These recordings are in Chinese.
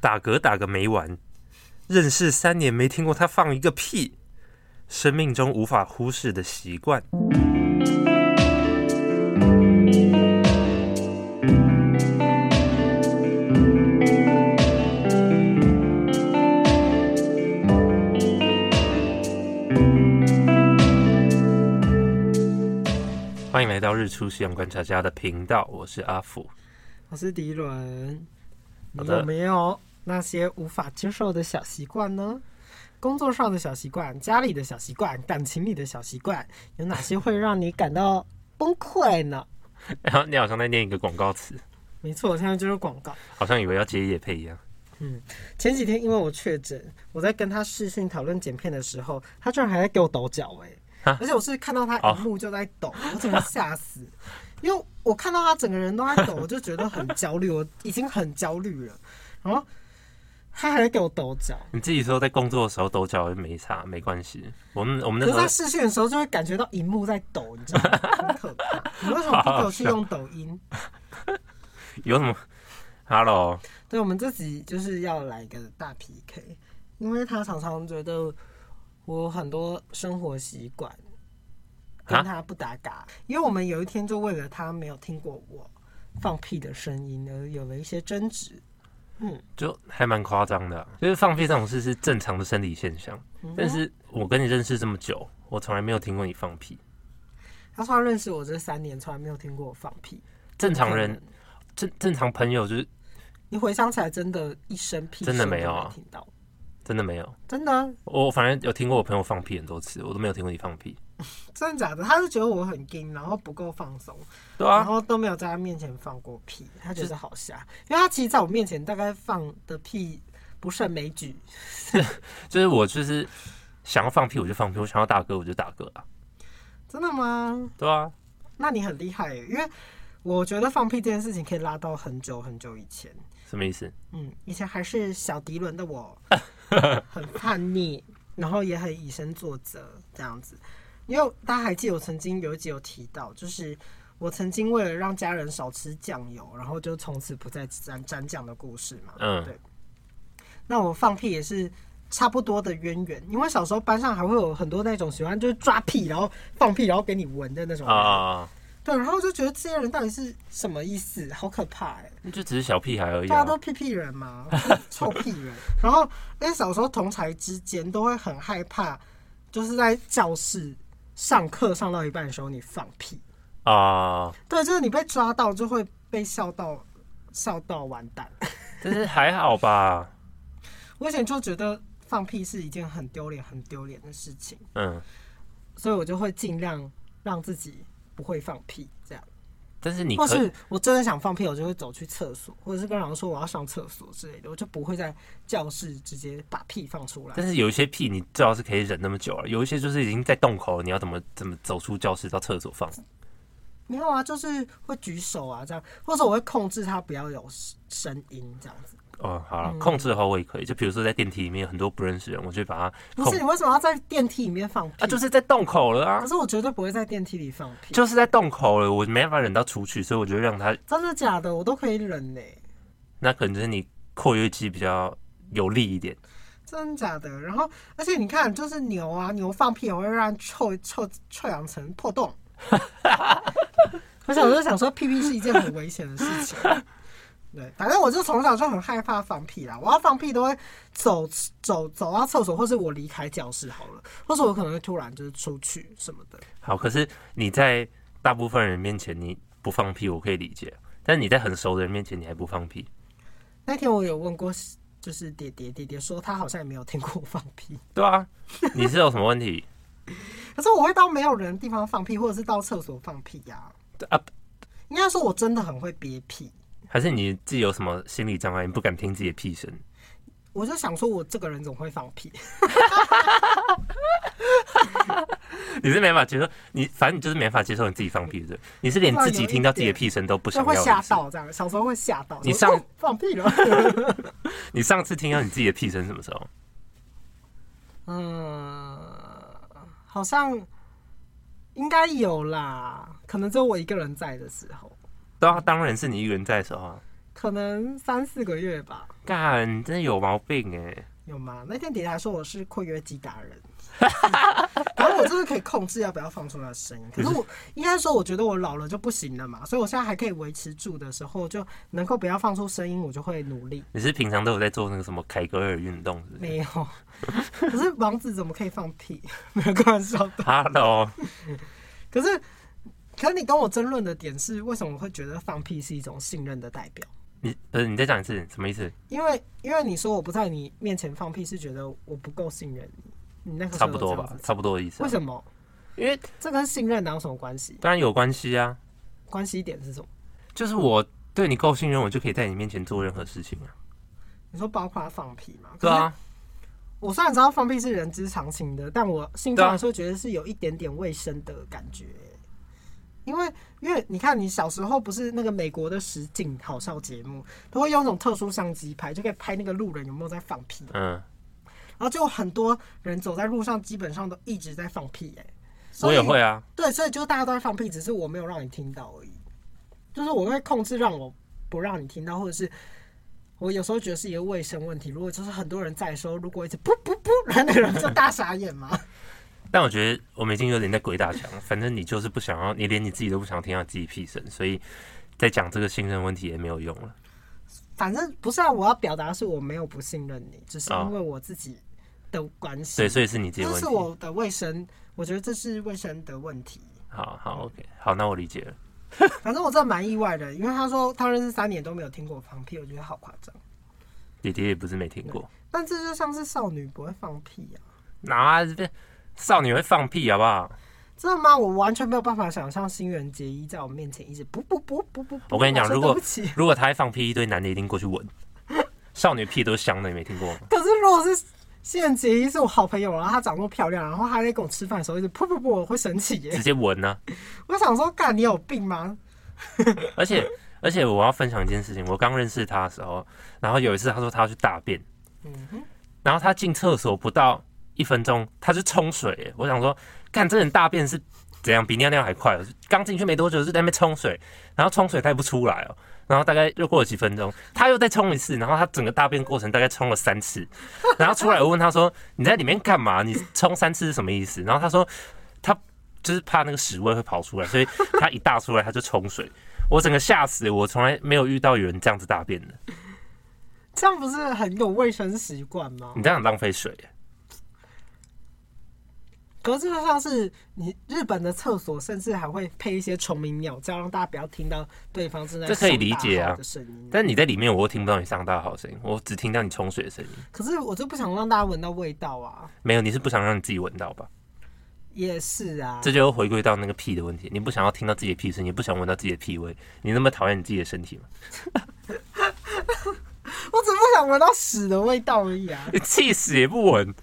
打嗝打个没完，认识三年没听过他放一个屁，生命中无法忽视的习惯。欢迎来到日出夕阳观察家的频道，我是阿福。我是迪伦。好你的有没有那些无法接受的小习惯呢？工作上的小习惯、家里的小习惯、感情里的小习惯，有哪些会让你感到崩溃呢？然哎后你好像在念一个广告词，没错，现在就是广告。好像以为要接叶配一样。前几天因为我确诊，我在跟他视讯讨论剪片的时候，他居然还在给我抖脚哎、啊而且我是看到他哦一幕就在抖，我整个吓死，因为我看到他整个人都在抖，我就觉得很焦虑，我已经很焦虑了，然后他还在给我抖脚。你自己说在工作的时候抖脚也没差，没关系。我们我们那时可是候他视讯的时候就会感觉到荧幕在抖，你知道吗？很可怕。你为什么不给我去用抖音？有什么？Hello，对，我们这集就是要来个大 PK，因为他常常觉得我很多生活习惯啊跟他不搭嘎，因为我们有一天就为了他没有听过我放屁的声音而有了一些争执。就还蛮夸张的啊、就是放屁这种事是正常的生理现象，嗯但是我跟你认识这么久，我从来没有听过你放屁。他说他认识我这三年，从来没有听过我放屁。正常不人可能，正正常朋友就是你回想起来，真的一声屁真的声都没有啊听到，真的没有。真的啊我反正有听过我朋友放屁很多次，我都没有听过你放屁。真的假的？他就觉得我很硬，然后不够放松，对然啊，后都没有在他面前放过屁，他觉得好瞎。因为他其实在我面前大概放的屁不胜枚举，就是我就是想要放屁我就放屁，我想要打嗝我就打嗝啊。真的吗？对啊，那你很厉害欸耶，因为我觉得放屁这件事情可以拉到很久很久以前。什么意思？嗯，以前还是小迪伦的我，很叛逆，然后也很以身作则这样子。因为大家还记得我曾经有一集有提到，就是我曾经为了让家人少吃酱油，然后就从此不再沾沾酱的故事嘛。嗯对。那我放屁也是差不多的渊源，因为小时候班上还会有很多那种喜欢就是抓屁，然后放屁，然后给你闻的那种啊人。啊，啊对，然后就觉得这些人到底是什么意思？好可怕哎、那就只是小屁孩而已、啊大家。都屁屁人嘛，臭屁 人。然后，因为小时候同才之间都会很害怕，就是在教室上课上到一半的时候你放屁，啊，对，就是你被抓到就会被笑到，笑到完蛋。但是还好吧，我以前就觉得放屁是一件很丢脸、很丢脸的事情，嗯，所以我就会尽量让自己不会放屁，这样。但是你或可以是我真的想放屁，我就会走去厕所，或者是跟老师说我要上厕所之类的，我就不会在教室直接把屁放出来。但是有一些屁你最好是可以忍那么久了，有一些就是已经在洞口了，你要怎么怎么走出教室到厕所放？没有啊，就是会举手啊，这样，或者我会控制它不要有声音这样子。哦，好嗯了，控制的话我也可以，就比如说在电梯里面有很多不认识人，我就把它不控是你为什么要在电梯里面放屁？啊，就是在洞口了啊可，是我绝对不会在电梯里放屁，就是在洞口了，我没办法忍到出去，所以我就让它，真的假的？我都可以忍呢、那可能就是你括约肌比较有力一点，真的假的？然后，而且你看，就是牛啊，牛放屁也会让臭臭臭氧层破洞。而且我就想说，屁屁是一件很危险的事情。对，反正我就从小就很害怕放屁啦。我要放屁都会走走走到厕所，或是我离开教室好了，或是我可能会突然就是出去什么的。好，可是你在大部分人面前你不放屁，我可以理解，但你在很熟的人面前你还不放屁，那天我有问过，就是爹爹爹爹说他好像也没有听过我放屁，对啊，你是有什么问题？可是我会到没有人的地方放屁，或者是到厕所放屁呀、啊，应该说我真的很会憋屁。还是你自己有什么心理障碍，你不敢听自己的屁声？我就想说，我这个人总会放屁，你是没办法接受，你反正你就是没办法接受你自己放屁的，你是连自己听到自己的屁声 都不就想会要吓的。到这样。小时候会吓到，你说上哦 放屁了。你上次听到你自己的屁声什么时候？嗯，好像应该有啦，可能只有我一个人在的时候，对啊，当然是你一个人在的时候啊。可能三四个月吧，干，你真的有毛病哎、有吗？那天底下说我是括约肌 达人，然后我真的可以控制要不要放出那个声音。可是我应该说，我觉得我老了就不行了嘛，所以我现在还可以维持住的时候，就能够不要放出声音，我就会努力。你是平常都有在做那个什么凯格尔运动是不是没有，可是王子怎么可以放屁？ 没有开玩笑的。 ？Hello，可是，可是你跟我争论的点是，为什么会觉得放屁是一种信任的代表？你呃，你再讲一次，什么意思？因为因为你说我不在你面前放屁，是觉得我不够信任你，你那个时候差不多有这样吧，子差不多的意思、啊为。什么？因为这跟信任哪有什么关系？当然有关系啊，关系点是什么？就是我对你够信任，我就可以在你面前做任何事情啊。你说包括放屁嘛？对，啊，我虽然知道放屁是人之常情的，但我心中对啊还是会觉得是有一点点卫生的感觉。因为，因为你看，你小时候不是那个美国的实景好笑节目，都会用那种特殊相机拍，就可以拍那个路人有没有在放屁。嗯，然后就有很多人走在路上，基本上都一直在放屁、哎，我所以也会啊。对，所以就大家都在放屁，只是我没有让你听到而已。就是我会控制让我不让你听到，或者是我有时候觉得是一个卫生问题。如果就是很多人在的时候，如果一直噗噗噗，然后那个人就大傻眼嘛。但我觉得我们已经有点在鬼打墙，反正你就是不想要，你连你自己都不想听到你自己屁声，所以在讲这个信任问题也没有用了。反正不是啊，我要表达的是我没有不信任你，只是因为我自己的关哦系。对，所以是你自己的这问是题。我的卫生，我觉得这是卫生的问题。好好，OK，好，那我理解了。反正我真的蛮意外的，因为他说他认识三年都没有听过我放屁，我觉得好夸张。姐姐也不是没听过，但这就像是少女不会放屁啊。哪这边少女会放屁好不好？真的吗？我完全没有办法想象新垣结衣在我面前一直不不不不不。我跟你讲说如果对不起，如果她还放屁，一堆男的一定过去闻。 少女屁都是香的，你没听过吗？可是如果是新垣结衣是我好朋友，然后她长那么漂亮，然后她在跟我吃饭的时候一直噗噗噗，我会生气耶直。接闻呢、啊我想说，干你有病吗？而且而且我要分享一件事情，我刚认识他的时候，然后有一次他说他要去大便，嗯哼，然后他进厕所不到一分钟，他就冲水耶，我想说，看这人大便是怎样比尿尿还快哦，刚进去没多久就在那边冲水，然后冲水他也不出来哦。然后大概又过了几分钟，他又再冲一次，然后他整个大便过程大概冲了三次，然后出来我问他说：“你在里面干嘛？你冲三次是什么意思？”然后他说：“他就是怕那个屎味会跑出来，所以他一大出来他就冲水。”我整个吓死，我从来没有遇到有人这样子大便的，这样不是很有卫生习惯吗？你这样很浪费水耶。可是这就像是你日本的厕所，甚至还会配一些虫鸣鸟叫，让大家不要听到对方正在这可以理解啊上大号的声音。但你在里面，我又听不到你上大号的声音，我只听到你冲水的声音。可是我就不想让大家闻到味道啊。没有，你是不想让你自己闻到吧？也是啊，这就又回归到那个屁的问题，你不想要听到自己的屁声，也不想闻到自己的屁味，你那么讨厌你自己的身体吗？我只不想闻到屎的味道而已啊。 你气死也不闻，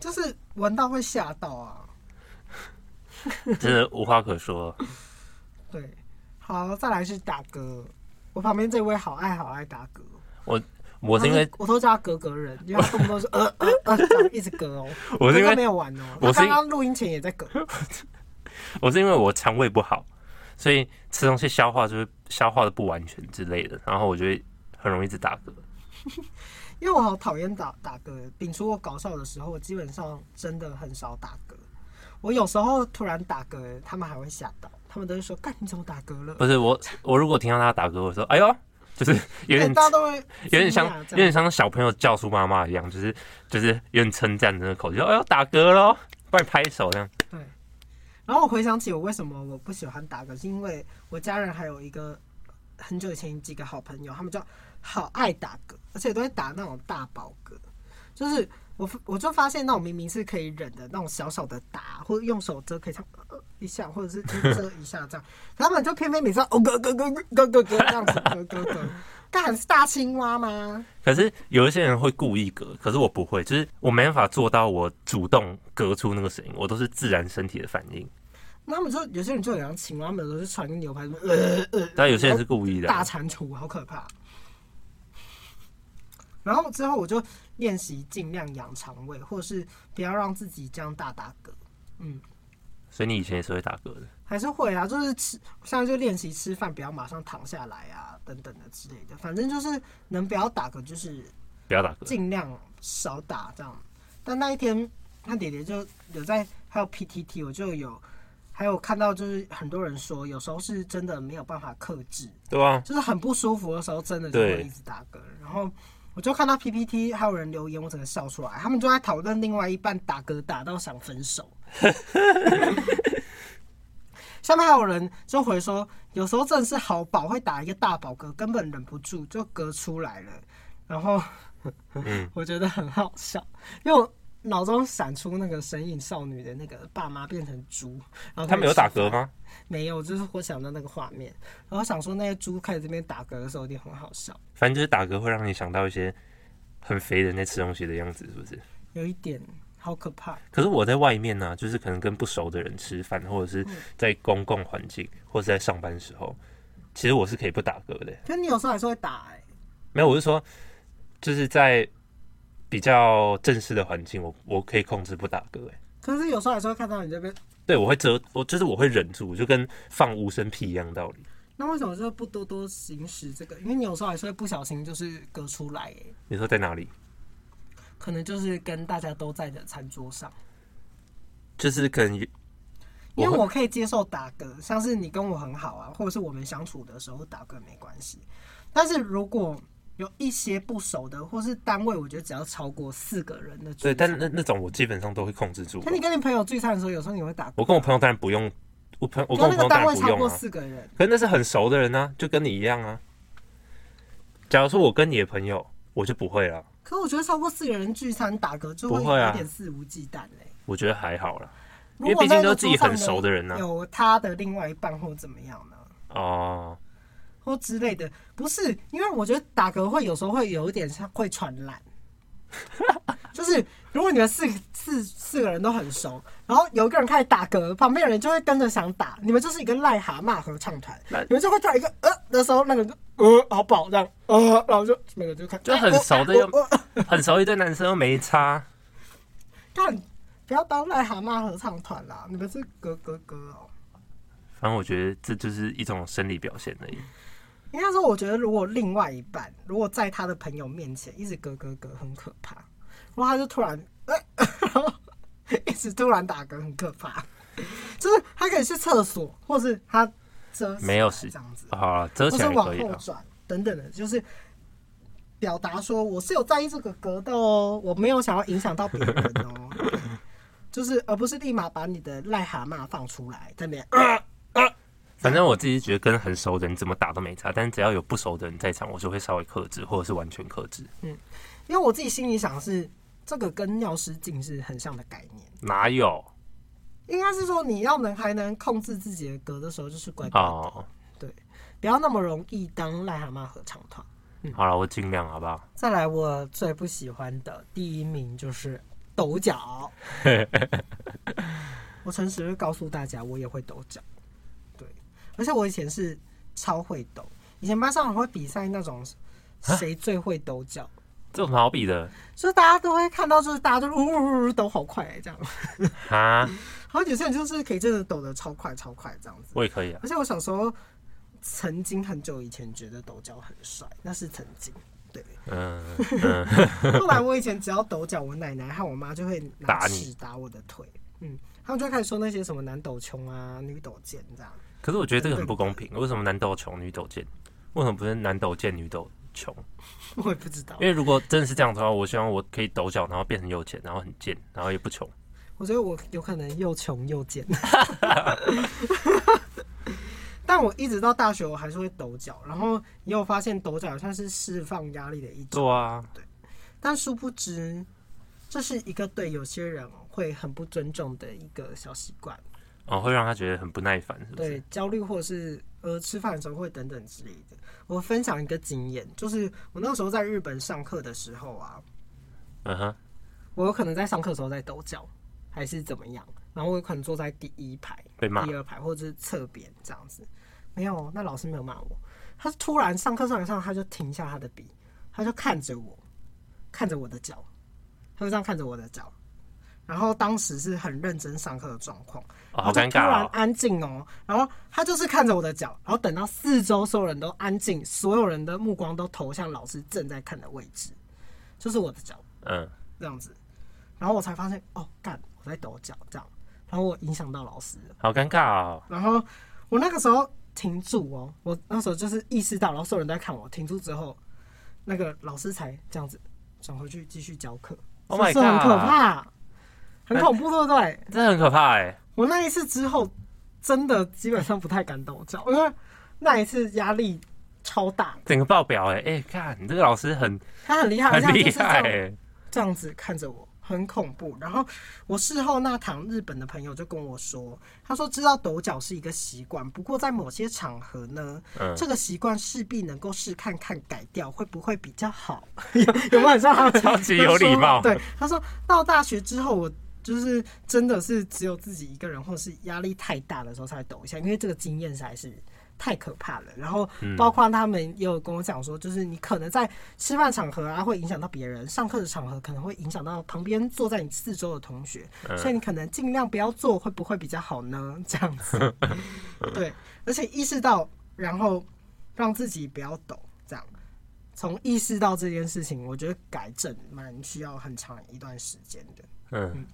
就是闻到会吓到啊。真的无话可说。对，好，再来是打嗝。我旁边这位好爱好爱打嗝，我是因为他我都叫他格格人，因为他动不动是呃呃呃这样一直嗝哦。 我是因刚刚为没有玩哦，我他是刚因刚录音前也在嗝。我是因为我肠胃不好，所以吃东西消化就会消化的不完全之类的，然后我就会很容易一直打嗝。因为我好讨厌打打嗝，摒除我搞笑的时候，我基本上真的很少打嗝。我有时候突然打嗝，他们还会吓到，他们都会说：“干，你怎么打嗝了不是我，我如果听到他打嗝，我说哎呦，就是？”有点哎对大家都会有点像惊讶这有样点像小朋友叫出妈妈一样，就是就是有点称赞的那个口气，哎呦打嗝喽，帮你拍手这样。对。然后我回想起我为什么我不喜欢打嗝，是因为我家人还有一个很久以前几个好朋友，他们就好爱打嗝，而且都会打那种大饱嗝，就是我我就发现那种明明是可以忍的那种小小的打，或者用手遮可以这样、呃、一下，或者是就遮一下这样，可他们就偏偏每次哦咯咯咯咯咯咯咯这样子咯咯咯，干是大青蛙吗？可是有一些人会故意嗝，可是我不会，就是我没办法做到我主动嗝出那个声音，我都是自然身体的反应。那他们就有些人就很像青蛙，他们都是传个牛排什么呃呃但有些人是故意的啊、大蟾蜍，好可怕。然后之后我就练习尽量养肠胃，或是不要让自己这样大打嗝。嗯，所以你以前也是会打嗝的。还是会啊，就是吃，现在就练习吃饭，不要马上躺下来啊，等等的之类的。反正就是能不要打嗝，就是不要打嗝，尽量少打这样。但那一天，那爹爹就有在，还有 PTT，我就有，还有看到就是很多人说，有时候是真的没有办法克制，对啊，就是很不舒服的时候，真的就会对一直打嗝。然后我就看到 PPT 还有人留言，我整个笑出来。他们就在讨论另外一半打嗝打到想分手。 下面还有人就回说，有时候真的是好饱，会打一个大饱嗝，根本忍不住就嗝出来了。然后嗯 我觉得很好笑，因为我脑中闪出那个《神隐少女》的那个爸妈变成猪，然后他们有在打吃饭嗝吗？没有，就是我想到那个画面，然后想说那些猪开始这边打嗝的时候一定很好笑，反正就是打嗝会让你想到一些很肥的人在吃东西的样子，是不是？有一点好可怕。可是我在外面呢、就是可能跟不熟的人吃饭，或者是在公共环境，或是在上班时候，其实我是可以不打嗝的。可是你有时候还是会打哎、没有，我是说，就是在比较正式的环境，我我可以控制不打嗝。哎，可是有时候还是会看到你这边，对，我会遮，我就是我会忍住，就跟放无声屁一样道理。那为什么就不多多行使这个？因为你有时候还是会不小心就是嗝出来哎、你说在哪里？可能就是跟大家都在的餐桌上，就是可能有我因会为我可以接受打嗝，像是你跟我很好啊，或者是我们相处的时候打嗝没关系。但是如果有一些不熟的，或是单位，我觉得只要超过四个人的聚对，餐，但那那种我基本上都会控制住可。你跟你朋友聚餐的时候，有时候你会打嗝。我跟我朋友当然不用，我朋我我跟我朋那个友当单然位不超用过啊。四个人，可是那是很熟的人啊，就跟你一样啊。假如说我跟你的朋友，我就不会了，可是我觉得超过四个人聚餐打嗝就会不会啊有点肆无忌惮嘞、我觉得还好啦。因如为果毕竟那都个是自己桌上很熟的人啊呐有他的另外一半或怎么样呢，哦、或之类的，不是因为我觉得打嗝会有时候会有一点像会传染。 就是如果你们四四四个人都很熟，然后有一个人开始打嗝，旁边的人就会跟着想打，你们就是一个癞蛤蟆合唱团，那你们就会突然一个呃的时候，那个人就呃好饱这样呃，然后就每个人就看就很熟的呃又呃呃很熟一堆男生又没差，但不要当癞蛤蟆合唱团啦，你们是咯咯咯哦。反正我觉得这就是一种生理表现而已。应该说，我觉得如果另外一半如果在他的朋友面前一直咯咯咯，很可怕。然后他就突然，呃、 然后一直突然打嗝，很可怕。就是他可以去厕所，或是他遮起来没有时这样子，好了，哦遮起或是来也往可以后啊。转等等的，就是表达说我是有在意这个格的哦，我没有想要影响到别人哦， 就是而不是立马把你的癞蛤蟆放出来，在那边、呃反正我自己觉得跟很熟的人怎么打都没差，但是只要有不熟的人在场，我就会稍微克制，或者是完全克制。因为我自己心里想的是这个跟尿失禁是很像的概念，哪有？应该是说你要能还能控制自己的格的时候，就是乖乖的，哦，不要那么容易当癞蛤蟆合唱团。好了，我尽量好不好？再来，我最不喜欢的第一名就是抖脚。我诚实地告诉大家，我也会抖脚。对，而且我以前是超会抖，以前班上还会比赛那种谁最会抖脚，这有什么好比的？就是大家都会看到，就是大家都呜呜呜抖好快、这样。哈，然后有些人就是可以真的抖得超快超快这样子。我也可以啊。而且我小时候曾经很久以前觉得抖脚很帅，那是曾经。对，嗯，后来我以前只要抖脚，我奶奶和我妈就会拿打你尺打我的腿，嗯，他们就会开始说那些什么男抖胸啊、女抖肩这样。可是我觉得这个很不公平，嗯为什么男抖穷女抖贱？为什么不是男抖贱女抖穷？哦我也不知道因，为如果真的是这样的话，我希望我可以抖脚，然后变成有钱，然后很贱，然后也不穷。我觉得我有可能又穷又贱， 但我一直到大学我还是会抖脚，然后也有发现抖脚好像是释放压力的一种，对啊，但殊不知这是一个对有些人会很不尊重的一个小习惯。哦，会让他觉得很不耐烦，是不是对？焦虑或者是呃吃饭的时候会等等之类的。我分享一个经验，就是我那时候在日本上课的时候啊，嗯哼，我有可能在上课的时候在抖脚，还是怎么样，然后我有可能坐在第一排、被骂第二排或者是侧边这样子。没有，那老师没有骂我，他突然上课上一上，他就停下他的笔，他就看着我，看着我的脚，他就这样看着我的脚，然后当时是很认真上课的状况，哦、然后好就尴突然尬哦。安静哦，然后他就是看着我的脚，然后等到四周所有人都安静，所有人的目光都投向老师正在看的位置，就是我的脚嗯，这样子，然后我才发现哦，干，我在抖脚这样，然后我影响到老师了，好尴尬哦。然后我那个时候停住哦，我那时候就是意识到，然后所有人都在看我，停住之后，那个老师才这样子转回去继续教课 Oh my 是不是很可 god 怕，很恐怖，对不对？真的很可怕哎、我那一次之后，真的基本上不太敢抖脚，因为那一次压力超大。整个爆表哎、哎、看你这个老师很他很厉害，很这样就厉是这害样哎、这样子看着我，很恐怖。然后我事后那堂日本的朋友就跟我说，他说知道抖脚是一个习惯，不过在某些场合呢，嗯这个习惯势必能够试看看改掉，会不会比较 好？有有没有很像他们超级有礼貌对，他说到大学之后我。就是真的是只有自己一个人，或是压力太大的时候才抖一下，因为这个经验实在是太可怕了。然后嗯包括他们也有跟我讲说，就是你可能在吃饭场合啊，会影响到别人；上课的场合可能会影响到旁边坐在你四周的同学，所以你可能尽量不要做，会不会比较好呢？这样子，对，而且意识到，然后让自己不要抖，这样。从意识到这件事情，我觉得改正蛮需要很长一段时间的。嗯，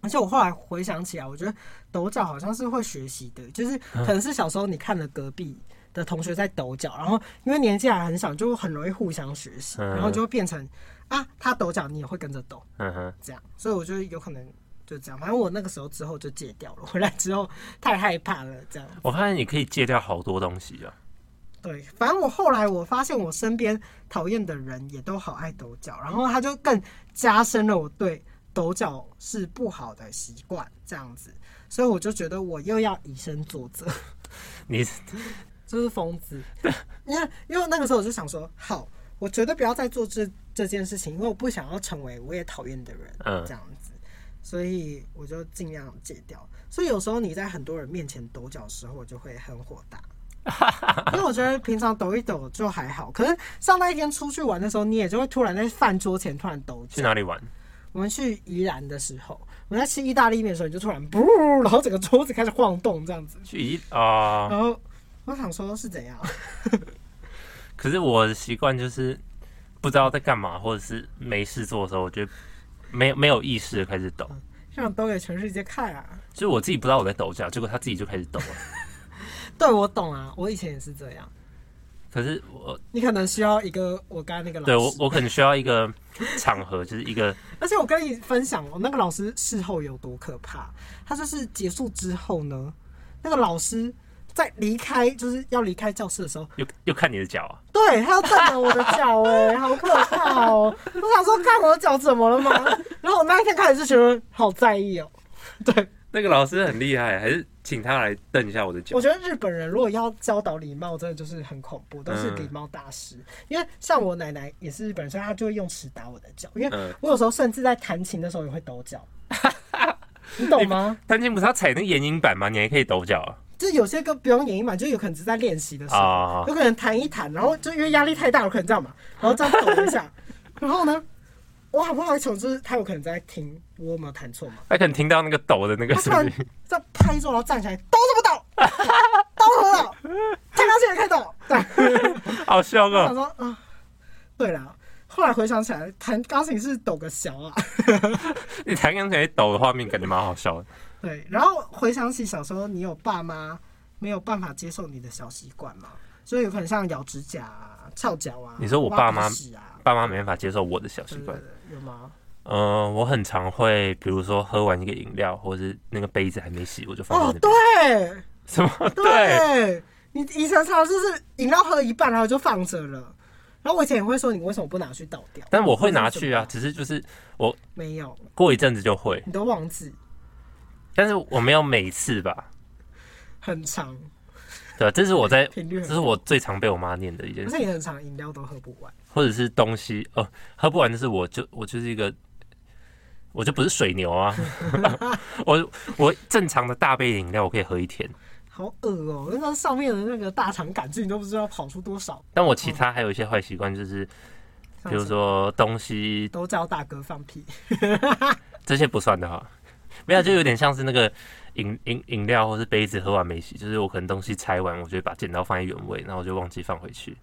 而且我后来回想起来，我觉得抖脚好像是会学习的，就是可能是小时候你看了隔壁的同学在抖脚，然后因为年纪还很小，就很容易互相学习，嗯然后就会变成啊，他抖脚你也会跟着抖，嗯哼，这样，所以我就有可能就这样。反正我那个时候之后就戒掉了，回来之后太害怕了，这样。我发现你可以戒掉好多东西啊。对，反正我后来我发现我身边讨厌的人也都好爱抖脚，然后他就更加深了我对抖脚是不好的习惯这样子，所以我就觉得我又要以身作则，你就是 疯子。因为因为那个时候我就想说，好，我绝对不要再做这这件事情，因为我不想要成为我也讨厌的人，嗯这样子。所以我就尽量戒掉。所以有时候你在很多人面前抖脚的时候，我就会很火 大。因为我觉得平常抖一抖就还好，可是上那一天出去玩的时候，你也就会突然在饭桌前突然抖去脚。哪里玩？我们去宜兰的时候，我们在吃意大利面的时候，你就突然噗，然后整个桌子开始晃动这样子，去宜啊、然后我想说是怎样，可是我的习惯就是不知道在干嘛，或者是没事做的时候，我就没有没有意识的开始抖。让抖给全世界看啊！就是我自己不知道我在抖脚，结果他自己就开始抖了。对，我懂啊，我以前也是这样。可是 我你可能需要一个我刚刚那个老师，对我我可能需要一个场合，就是一个而且我跟你分享哦，那个老师事后有多可怕。他就是结束之后呢，那个老师在离开，就是要离开教室的时候，又又看你的脚啊，对他要站着我的脚，哎，好可怕哦！我想说，看我的脚怎么了吗？然后我那一天开始就觉得好在意哦。对，那个老师很厉害，还是请他来瞪一下我的脚我。觉得日本人如果要教导礼貌，真的就是很恐怖，都是嗯礼貌大师。因为像我奶奶也是日本人，所以她就会用尺打我的脚。因嗯为我有时候甚至在弹琴的时候也会抖脚， 你懂吗？丹青不是要踩那个眼影板吗？你还可以抖脚啊。就是有些歌不用演绎嘛，就有可能只是在练习的时候，啊有可能弹一弹，然后就因为压力太大，有可能这样嘛，然后这样抖一下，然后呢，我好不好求就是他有可能在听我有没有弹错嘛，他可能听到那个抖的那个他突声然音，在拍桌，然后站起来，抖什么抖，抖什么抖，太高兴了，开抖，对， 好凶我想哦！说啊，对啦，后来回想起来，弹钢琴是抖个小啊。 你弹钢琴还抖的画面感觉蛮好笑的。对，然后回想起小时候，你有爸妈没有办法接受你的小习惯吗？所以有可能像咬指甲、啊、翘脚啊，你说我挖爸妈鼻屎啊，爸妈没办法接受我的小习对对惯对，，有吗？嗯，我很常会，比如说喝完一个饮料，或者是那个杯子还没洗，我就放在哦那，边。对什么？ 对，对，你以前常常就是饮料喝一半，然后就放着了。然后我以前也会说，你为什么不拿去倒掉？但我会拿去啊，或者只是就是是什么，没有，过一阵子就会，你都忘记，但是我没有每次吧。很长，对，啊这是我 在，频这率很是高，我最常被我妈念的一件而事，且也很长，饮料都喝不完。或者是东西哦、喝不完，就是我就我就是一个，我就不是水牛 啊，我我正常的大杯饮料我可以喝一天，好恶哦、那上面的那个大肠杆菌都不知道跑出多少。但我其他还有一些坏习惯，就是比如说东西都叫大哥放屁，这些不算的哈， 没有，就有点像是那个饮饮饮料或是杯子喝完没洗，就是我可能东西拆完，我就会把剪刀放在原位，然后我就忘记放回去，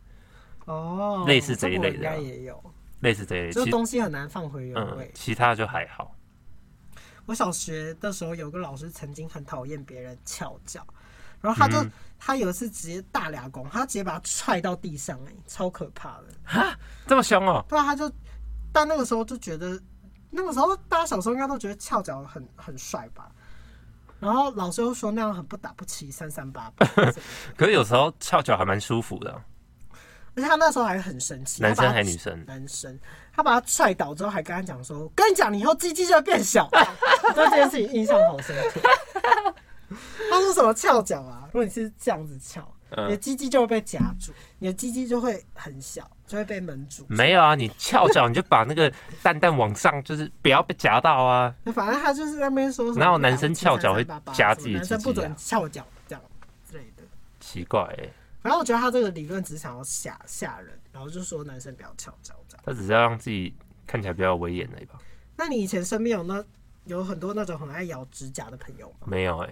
哦，类似这一个类我的应该啊也有，类似这一类。其就是实东西很难放回原嗯位，。其他就还好。嗯我小学的时候有个老师曾经很讨厌别人翘脚，然后他就、嗯他有一次直接大俩拱，他直接把他踹到地上、哎，超可怕的。这么凶哦、对啊，他就，但那个时候就觉得，那个时候大家小时候应该都觉得翘脚很很帅吧。然后老师又说那样很不打不起三三八八，可是有时候翘脚还蛮舒服的啊、而且他那时候还很生气，男他把生他还女生？男生，他把他踹倒之后，还跟他讲说：“我跟你讲，你以后鸡鸡就会变小。” 我对这件事情印象好深刻。 他说什么翘脚啊？如果你是这样子翘，你的嗯，鸡鸡就会被夹住，你的鸡鸡就会很小，就会被闷住。没有啊，你翘脚 你就把那个蛋蛋往上，就是不要被夹到啊。那反正他就是在那边说什么，哪有男生翘脚会夹自己的男生鸡鸡不啊准翘脚这样之类的。奇怪、欸，反正我觉得他这个理论只是想要吓吓人，然后就说男生不要翘脚这样。他只是要让自己看起来比较有威严而已吧？那你以前身边有那有很多那种很爱咬指甲的朋友吗？没有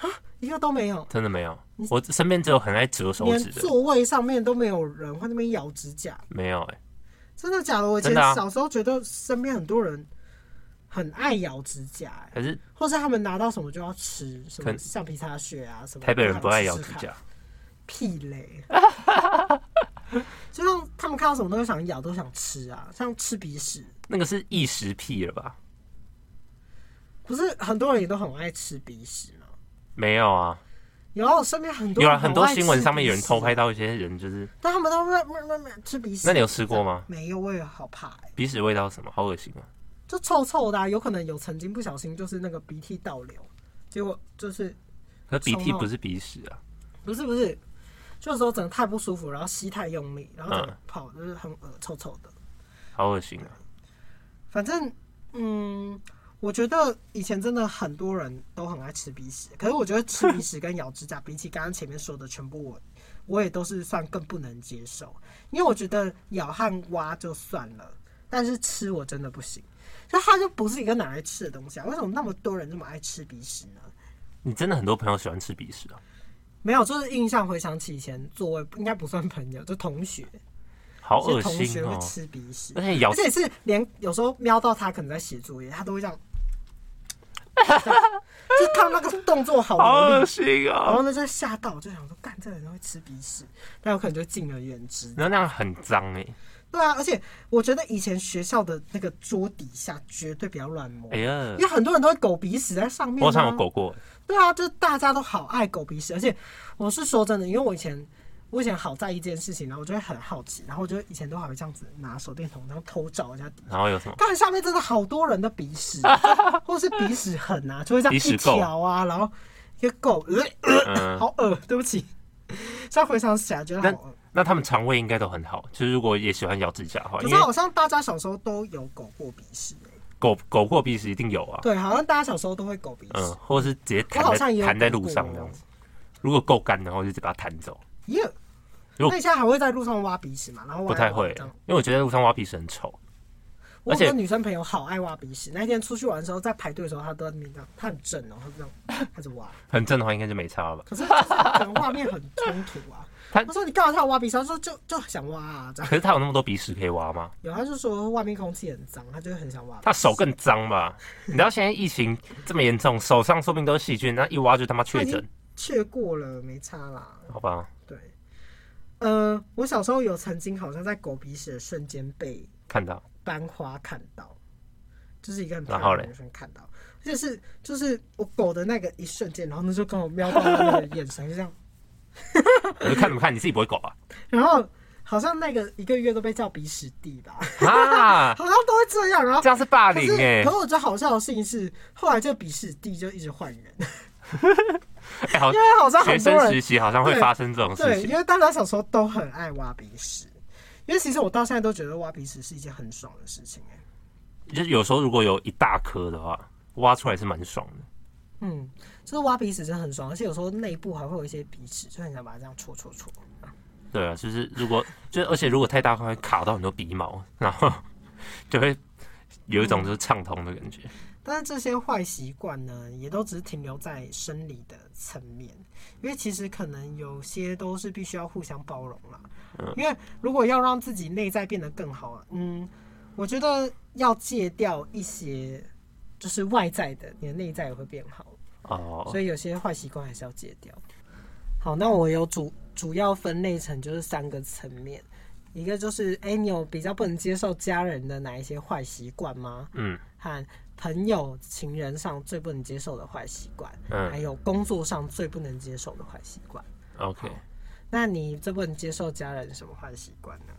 哎、一个都没有。真的没有。我身边只有很爱折手连指的，座位上面都没有人会那边咬指甲，没有哎、真的假的？我以前真的啊小时候觉得身边很多人很爱咬指甲、欸，可是或是他们拿到什么就要吃，什可么能橡皮擦屑啊什么。台北人不爱咬试指试看甲，，屁 嘞！就像他们看到什么都想咬，都想吃啊，像吃鼻屎，那个是异食癖了吧？不是很多人也都很爱吃鼻屎吗？没有啊，有啊，我身边很多有啊，人很多爱吃新闻上面有人鼻屎偷拍，到一些人就是，但他们都慢慢慢慢吃鼻屎。那你有吃过吗？没有，我也好怕、欸。鼻屎味道是什么？好恶心啊！就臭臭的、啊，有可能有曾经不小心就是那个鼻涕倒流，结果就是可鼻涕不是鼻屎啊，不是不是，就是说整个太不舒服，然后吸太用力，然后整个嗯跑就是很恶臭臭的。好恶心啊！反正嗯，我觉得以前真的很多人都很爱吃鼻屎，可是我觉得吃鼻屎跟咬指甲比起刚刚前面说的全部我。 我也都是算更不能接受，因为我觉得咬和挖就算了，但是吃我真的不行，就它就不是一个拿来吃的东西啊！为什么那么多人那么爱吃鼻屎呢？你真的很多朋友喜欢吃鼻屎啊，没有，就是印象回想起以前座位应该不算朋友，就同学，好是恶同心学哦会！吃鼻屎，而且咬而且是连有时候瞄到他可能在写作业，他都会这样， 就看到那个动作好好努恶力，心然啊！后呢就吓到，我就想说，干这人会吃鼻屎，但我可能就敬而远之。然后那样很脏哎，对啊，而且我觉得以前学校的那个桌底下绝对不要乱摸，哎呀因为，很多人都会狗鼻屎在上面、我啊。好像有狗过欸，对啊，就是大家都好爱狗鼻屎，而且我是说真的，因为我以前我以前好在意这件事情，然后我就会很好奇，然后我就以前都还会这样子拿手电筒，然后偷照人家底。然后 有什么？但下面真的好多人的鼻屎，或是鼻屎痕啊，就会这样鼻屎一垢条啊，然后一个狗，呃嗯，好恶，对不起。现在回想起来觉得好恶。那哦他们肠胃应该都很好，就是如果也喜欢咬指甲的话，可因是为好像大家小时候都有狗过鼻屎、欸，狗狗过鼻屎一定有啊，对，好像大家小时候都会狗鼻屎。嗯，或者是直接我好弹像在也有弹在狗路过上这样子。如果够干的话，我就直接把它弹走。耶、如果那你现在还会在路上挖鼻屎吗？然后挖不一太挖会这样，因为我觉得路上挖鼻屎很丑。我有而且个女生朋友好爱挖鼻屎，那一天出去玩的时候，在排队的时候，她都在那边这样，她很正哦，她这样开始挖，很正的话，应该就没差了 吧？可是就是可能画面很冲突啊。她我说你干嘛叫我挖鼻屎？她说就就想挖啊，这样。可是他有那么多鼻屎可以挖吗？有，她就说外面空气很脏，她就很想挖。他手更脏 吧？你知道现在疫情这么严重，手上说不定都是细菌，那一挖就他妈确诊，却过了，没差啦。好吧？对，呃，我小时候有曾经好像在狗鼻屎的瞬间被看到班花看到，就是一个很漂然亮后的嘞女生看到，就是就是我狗的那个一瞬间，然后那就跟我瞄到她那个眼神，就这样。我就看什么看？你自己不会狗 啊？然后好像那个一个月都被叫鼻屎弟吧，啊，好像都会这样。然 后这样是霸可凌是，哎、可是我觉得好笑的事情是，后来这个鼻屎弟就一直换人，因哎好，为好像学很多生实人习好像会对发生这种事对，情，因为大家小时候都很爱挖鼻屎。因为其实我到现在都觉得挖鼻屎是一件很爽的事情、哎，就是有时候如果有一大颗的话，挖出来是蛮爽的。嗯，就是挖鼻屎真的很爽，而且有时候内部还会有一些鼻屎，就很想把它这样戳戳戳。对啊， 就是如果就而且如果太大块会卡到很多鼻毛，然后就会有一嗯种就是畅通的感觉。但是这些坏习惯呢，也都只是停留在生理的层面，因为其实可能有些都是必须要互相包容啦。因为如果要让自己内在变得更好，嗯，我觉得要戒掉一些就是外在的，你的内在也会变好。哦，所以有些坏习惯还是要戒掉。好，那我有主主要分类成就是三个层面，一个就是哎、诶你有比较不能接受家人的哪一些坏习惯吗？嗯和朋友、情人上最不能接受的坏习惯，还嗯有工作上最不能接受的坏习惯。 ，OK。那你最不能接受家人什么坏习惯呢？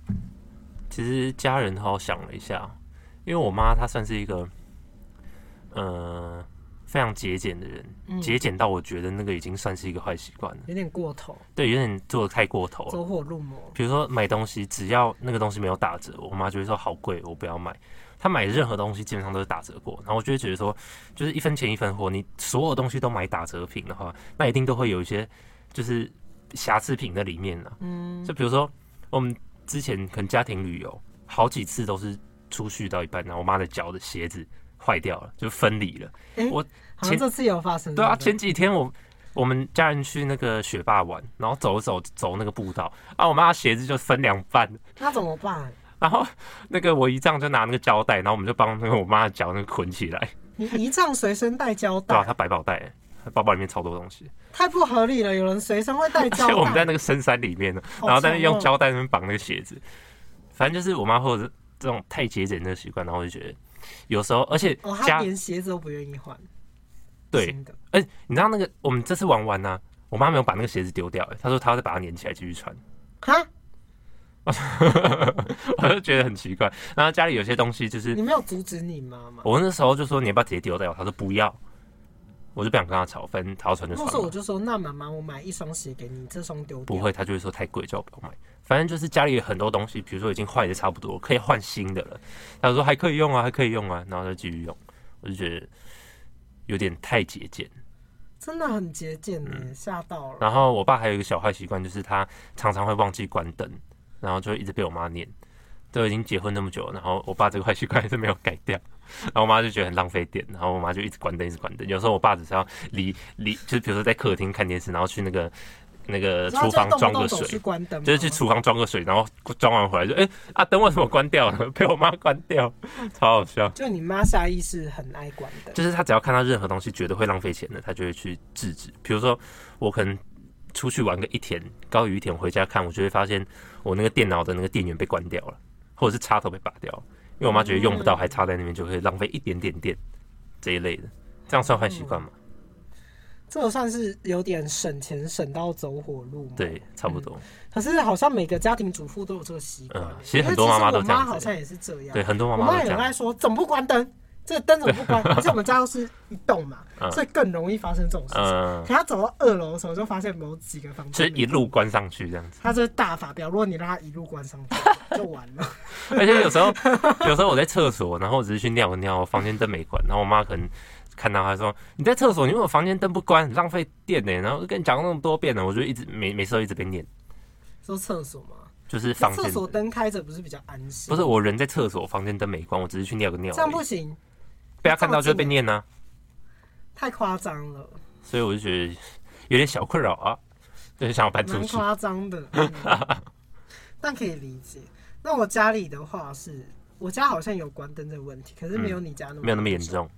其实家人好好想了一下，因为我妈她算是一个，呃，非常节俭的人，节俭到我觉得那个已经算是一个坏习惯了。有点过头，对，有点做的太过头了。走火入魔。比如说买东西，只要那个东西没有打折，我妈就会说好贵，我不要买。她买任何东西基本上都是打折过，然后我就会觉得说，就是一分钱一分货，你所有东西都买打折品的话，那一定都会有一些就是瑕疵品在里面呢、嗯就比如说我们之前可能家庭旅游，好几次都是出去到一半，然后我妈的脚的鞋子坏掉了，就分离了。好像前这次有发生。对啊，不前几天我我们家人去那个雪霸玩，然后走一走走那个步道，啊，我妈的鞋子就分两半。那怎么办？ 然后那个我姨丈就拿那个胶带，然后我们就帮那个我妈的脚那个捆起来，你一仗随身带胶对啊，带，她百宝袋，她包包里面超多东西，太不合理了。有人随身会带而胶且我们在带，那个深山里面呢，好然后在那强用哦胶带那边绑那个鞋子，反正就是我妈或者这种太节俭的习惯，然后我就觉得有时候，而且哦，家他连鞋子都不愿意换。对，新的而且你知道那个我们这次玩完呢、我妈没有把那个鞋子丢掉、欸，她说她要再把它粘起来继续穿。 哈，我就觉得很奇怪。然后家里有些东西，就是你没有阻止你妈妈？我那时候就说你要不要直接丢掉？他说不要，我就不想跟他吵，反正他要穿就那时候穿我嘛。就说，那妈妈，我买一双鞋给你，这双丢掉。不会，他就会说太贵，叫我不要买。反正就是家里有很多东西，比如说已经坏的差不多，可以换新的了。他说还可以用啊，还可以用啊，然后就继续用。我就觉得有点太节俭。真的很节俭嗯呢，吓到了。然后我爸还有一个小坏习惯，就是他常常会忘记关灯，然后就一直被我妈念。都已经结婚那么久了，然后我爸这个坏习惯还是没有改掉，然后我妈就觉得很浪费电，然后我妈就一直关灯，一直关灯。有时候我爸只是要离离，就是比如说在客厅看电视，然后去那个那个然后厨就房动装不个动走水去，关灯吗，就是去厨房装个水，然后装完回来就哎、啊灯为什么关掉 了？被我妈关掉，超好笑。就你妈下意识很爱关灯。就是他只要看到任何东西觉得会浪费钱的，他就会去制止。比如说，我可能出去玩个一天，高于一天回家看，我就会发现我那个电脑的那个电源被关掉了，或者是插头被拔掉了，因为我妈觉得用不到还插在那边，就会浪费一点点电这一类的。这样算坏习惯吗？嗯这个算是有点省钱省到走火入魔。，对，差不多。可是好像每个家庭主妇都有这个习惯嗯。其实很多妈妈都因为其这实我样妈子好像也是这样。对，很多妈我妈妈都这也很爱样。说，怎么不关灯？这个灯怎么不关？而且我们家又是一栋嘛嗯，所以更容易发生这种事情。嗯，可她走到二楼的时候，就发现某几个房就间是一路关上去这样子。他这是大法表，如果你让他一路关上去， 就完了。 而且有时候，有时候我在厕所，然后我只是去尿个尿，我房间灯没关，然后我妈可能看到她说：“你在厕所，你为什么房间灯不关？很浪费电呢、然后跟你讲那么多遍了，我就一直每每次都一直被念，说厕所嘛，就是房间厕所灯开着不是比较安心？不是我人在厕所，房间灯没关，我只是去尿个尿而已，这样不行，被她看到就会被念啊，太夸张了，所以我就觉得有点小困扰啊，就是想要搬出蛮去。夸 张的，嗯但可以理解。那我家里的话是，我家好像有关灯的问题，可是没嗯有你家那么、没有那么严。重，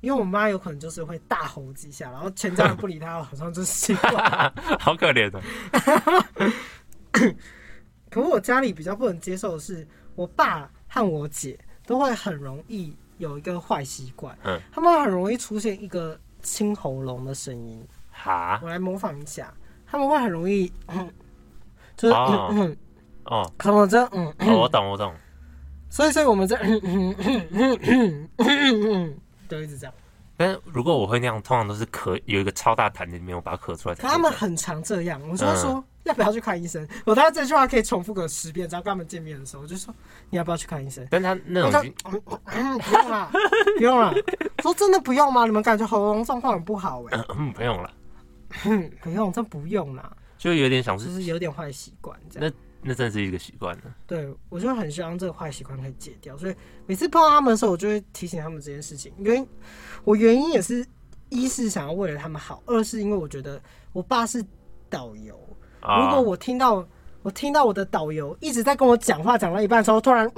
因为我妈有可能就是会大吼几下，然后全家人不理她，好像就是 习惯。好可怜的、啊可是我家里比较不能接受的是，我爸和我姐都会很容易有一个坏习惯，嗯，他们很容易出现一个清喉咙的声音。哈我来模仿一下，他们会很容易，就是、 哦嗯嗯，哦 他们这嗯，哦，我懂我懂，所以所以我们这 嗯嗯嗯嗯嗯嗯嗯，就一直这样。但是如果我会那样，通常都是咳有一个超大痰在里面，我把它咳出来才会这可样。他们很常这样，我就会说。要不要去看医生？我大概这句话可以重复个十遍，只要跟他们见面的时候，我就说你要不要去看医生？但他那我种就已经嗯嗯 不用啦，不用啦。说真的不用吗？你们感觉喉咙状况很不好 哎、嗯不用了，哼不用，真不用啦，就有点想就是是有点坏习惯这样。那那真的是一个习惯了。对，我就很希望这个坏习惯可以戒掉，所以每次碰到他们的时候，我就会提醒他们这件事情。原因我原因也是，一是想要为了他们好，二是因为我觉得我爸是导游，如啊果我听到我听到我的导游一直在跟我讲话，讲到一半的时候，突然、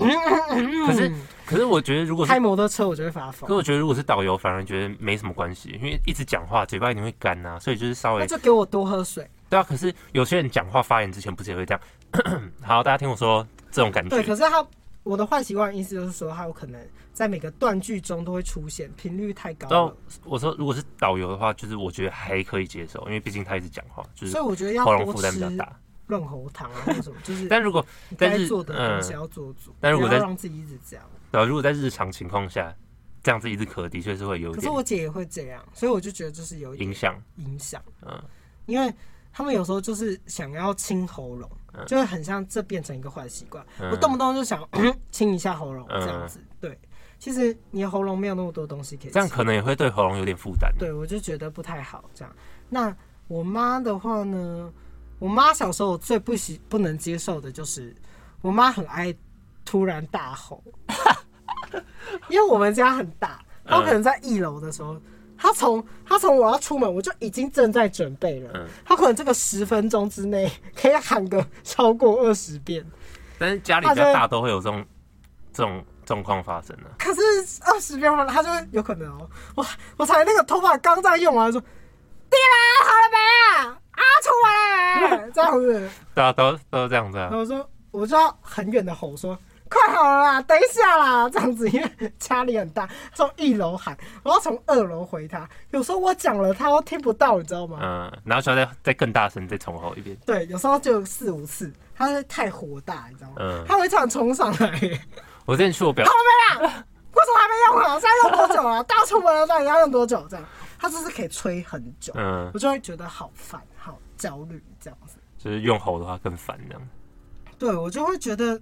可是嗯可是我觉得如果是开摩托车，我就会发可是疯。我觉得，如果是导游，反而觉得没什么关系，因为一直讲话，嘴巴一定会干呐、所以就是稍那微就给我多喝水。对啊。可是有些人讲话发言之前，不是也会这样？ 好，大家听我说，这种感对，觉可是他我的坏习惯意思就是说，他有可能在每个断句中都会出现，频率太高哦了，我说，如果是导游的话，就是我觉得还可以接受，因为毕竟他一直讲话，就是所以我觉得要嗯喉咙多负担吃比较大。润喉糖啊，或者什么，就是但如果但该是做的东西嗯要做足，但如不果要在让自己一直这样。对啊如果在日常情况下这样子一直咳，的确是会有一可是点我姐也会这样，所以我就觉得就是有一影点响。影响，嗯，因为他们有时候就是想要清喉咙，嗯就会很像这变成一个坏习惯。嗯我动不动就想清一下喉咙嗯这样子，对。其实你的喉咙没有那么多东西可以嗯这样清可能也会对喉咙有点负担。啊对，我就觉得不太好这样。那我妈的话呢，我妈小时候我最不喜不能接受的就是，我妈很爱突然大吼，因为我们家很大，她可能在一楼的时候。她从她从我要出门，我就已经正在准备了嗯。她可能这个十分钟之内可以喊个超过二十遍，但是家里比较大都会有这种这种状况发生啊呢、可是二十遍后，他就会有可能哦、我我才那个头发刚在用完，说爹啦，好了没啊？啊，出 完了没？这样子，对啊，都都这样子啊然。后我说，我就要很远的吼说。快好了啦，等一下啦，这样子，因为家里很大，从一楼喊，然后从二楼回他。有时候我讲了，他都听不到，你知道吗？嗯，然后需要再再更大声，再重吼一遍。对，有时候就四五次，他是太火大，你知道吗？嗯他会突然冲上来，耶我之前去我表好，了没啦？为什么还没用啊？现在用多久啊？大家出门了，到底要用多久？这样，他就是可以吹很久，嗯我，就会觉得好烦、好焦虑这样子。就是用吼的话更烦这样。对我就会觉得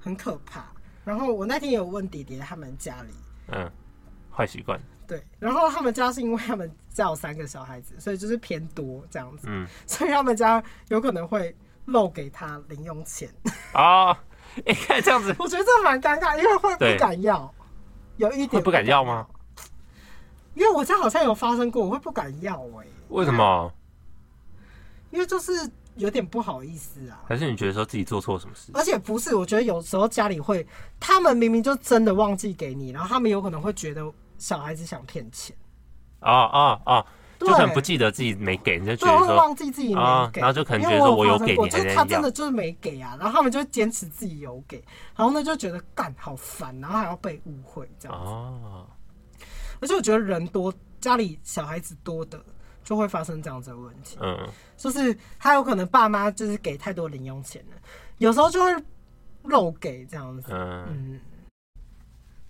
很可怕。然后我那天有问弟弟他们家里，嗯，坏习惯。对，然后他们家是因为他们家有三个小孩子，所以就是偏多这样子，嗯，所以他们家有可能会漏给他零用钱。哦，哎、看这样子， 我觉得这蛮尴尬，因为会对不敢要，有一会点不敢要吗？？因为我家好像有发生过，我会不敢要哎、为什么？因为就是有点不好意思啊。还是你觉得说自己做错什么事？而且不是，我觉得有时候家里会，他们明明就真的忘记给你，然后他们有可能会觉得小孩子想骗钱，哦哦哦，就对可能不记得自己没给，你就觉对，得会说，忘记自己没啊给，然后就可能因觉为得说我有有发生给过你就是还他在要真的就是没给啊，然后他们就坚持自己有给，然后呢就觉得干好烦，然后还要被误会这样，哦，而且我觉得人多，家里小孩子多的就会发生这样子的问题。嗯，就是他有可能爸妈就是给太多零用钱了，有时候就会漏给这样子。嗯，嗯，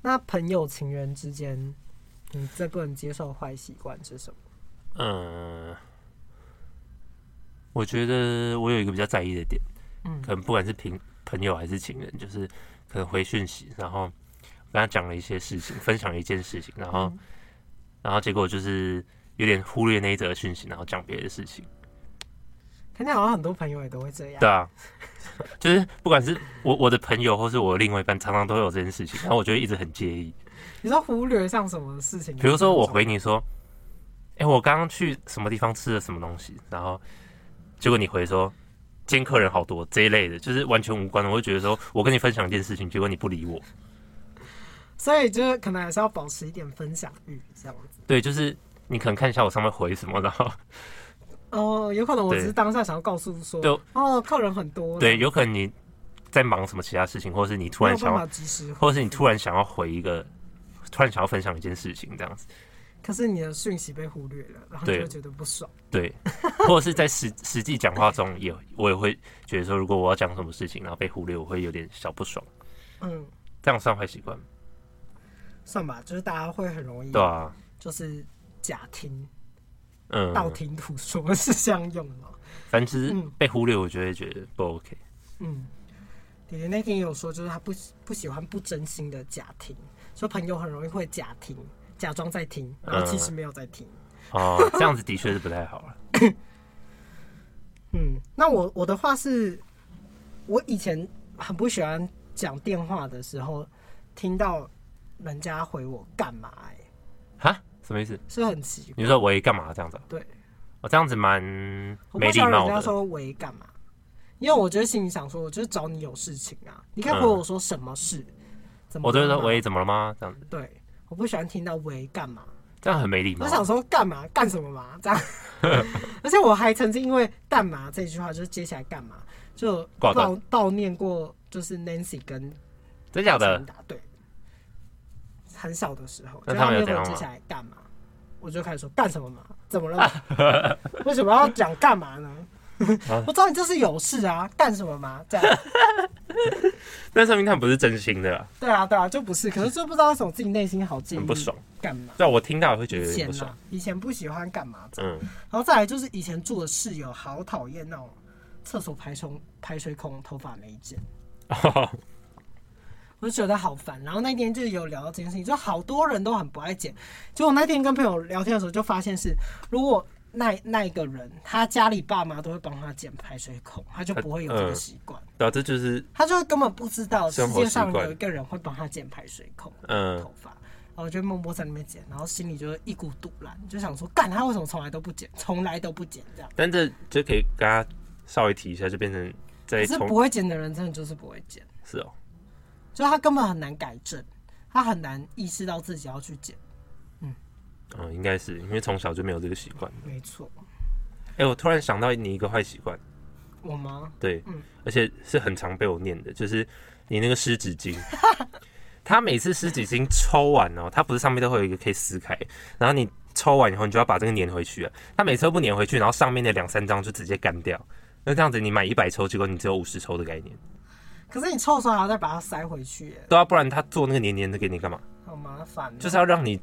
那朋友情人之间，嗯你最不能接受坏习惯是什么？嗯，我觉得我有一个比较在意的点，嗯可能不管是朋朋友还是情人，就是可能回讯息，然后跟他讲了一些事情，分享了一件事情，然后、嗯然后结果就是有点忽略那一则讯息，然后讲别的事情。肯定好像很多朋友也都会这样。对啊，就是不管是我我的朋友或是我另外一半，常常都会有这件事情，然后我就会一直很介意。你说忽略像什么事情？比如说我回，你说，哎、我刚刚去什么地方吃了什么东西，然后结果你回说。今天客人好多这一类的，就是完全无关的。我会觉得说，我跟你分享一件事情，结果你不理我，所以就是可能还是要保持一点分享欲这样子。对，就是你可能看一下我上面回什么，然后哦，有可能我对只是当下想要告诉说就，哦，客人很多，对，有可能你在忙什么其他事情，或者是你突没然有想办要法，及时回。或者是你突然想要回一个，突然想要分享一件事情这样子，可是你的讯息被忽略了，然后你对就会觉得不爽。对，或者是在实实际讲话中也我也会觉得说，如果我要讲什么事情，然后被忽略，我会有点小不爽，嗯，这样算坏习惯吗，算吧，就是大家会很容易对啊，就是假听、嗯，道听途说是这样用吗？反正就是嗯被忽略，我就会觉得不 OK，嗯，弟弟那天也有说，就是他不喜不喜欢不真心的假听，说朋友很容易会假听，假装在听，嗯然后其实没有在听。哦，这样子的确是不太好了，嗯，那我我的话是，我以前很不喜欢讲电话的时候，听到人家回我干嘛、欸，哈，什么意思？是很奇怪。你说喂干嘛这样子？哦对，我、这样子蛮我没不礼喜欢人貌家的。说喂干嘛，因为我觉得心里想说，我就是找你有事情啊，你可以嗯回我说什么事，怎么我就了说吗喂怎么了吗？这样子，对，我不喜欢听到喂干嘛。这样很没礼貌我。想说干嘛干什么嘛 这样，而且我还曾经因为干嘛这句话，就是接下来干嘛就挂断悼悼念过，就是 Nancy 跟真假的陈？达对，很小的时候，那就他们有们怎样接吗下来干嘛，我就开始说干什 么嘛，怎么了嘛，为什么要讲干嘛呢？啊 我知道你这是有事啊，干什么嘛？这样，那上面看不是真心的啦，对啊，对啊，就不是，可是就不知道为什么自己内心好介意很不爽。干嘛。对，啊我听到也会觉得以有点不前爽啊。，以前不喜欢干嘛这样嗯， 然后再来就是以前住的室友好讨厌那种厕所排冲排水孔头发没剪，我就觉得好烦。然后那天就有聊到这件事情，就好多人都很不爱剪。结果那天跟朋友聊天的时候就发现是，如果那那一个人他家里爸妈都会帮他剪排水孔，他就不会有这个习惯，对啊，这就是他就根本不知道世生活界习惯上有一个人会帮他剪排水孔嗯头发。然后就默默在那边剪，然后心里就是一股堵然，就想说，干他为什么从来都不剪，从来都不剪这样。但这就可以跟大家稍微提一下，就变成在可是从不会剪的人真的就是不会剪，是哦，就他根本很难改正，他很难意识到自己要去剪。嗯，应该是因为从小就没有这个习惯。没错，哎、我突然想到你一个坏习惯，我吗？对，嗯而且是很常被我念的，就是你那个湿纸巾， 它每次湿纸巾抽完哦，它不是上面都会有一个可以撕开，然后你抽完以后，你就要把这个粘回去啊，它每次都不粘回去，然后上面的两三张就直接干掉。那这样子，你买一百抽，结果你只有五十抽的概念，可是你抽的时候还要再把它塞回去耶，对啊，不然他做那个黏黏的给你干嘛？好麻烦哦。就是要让你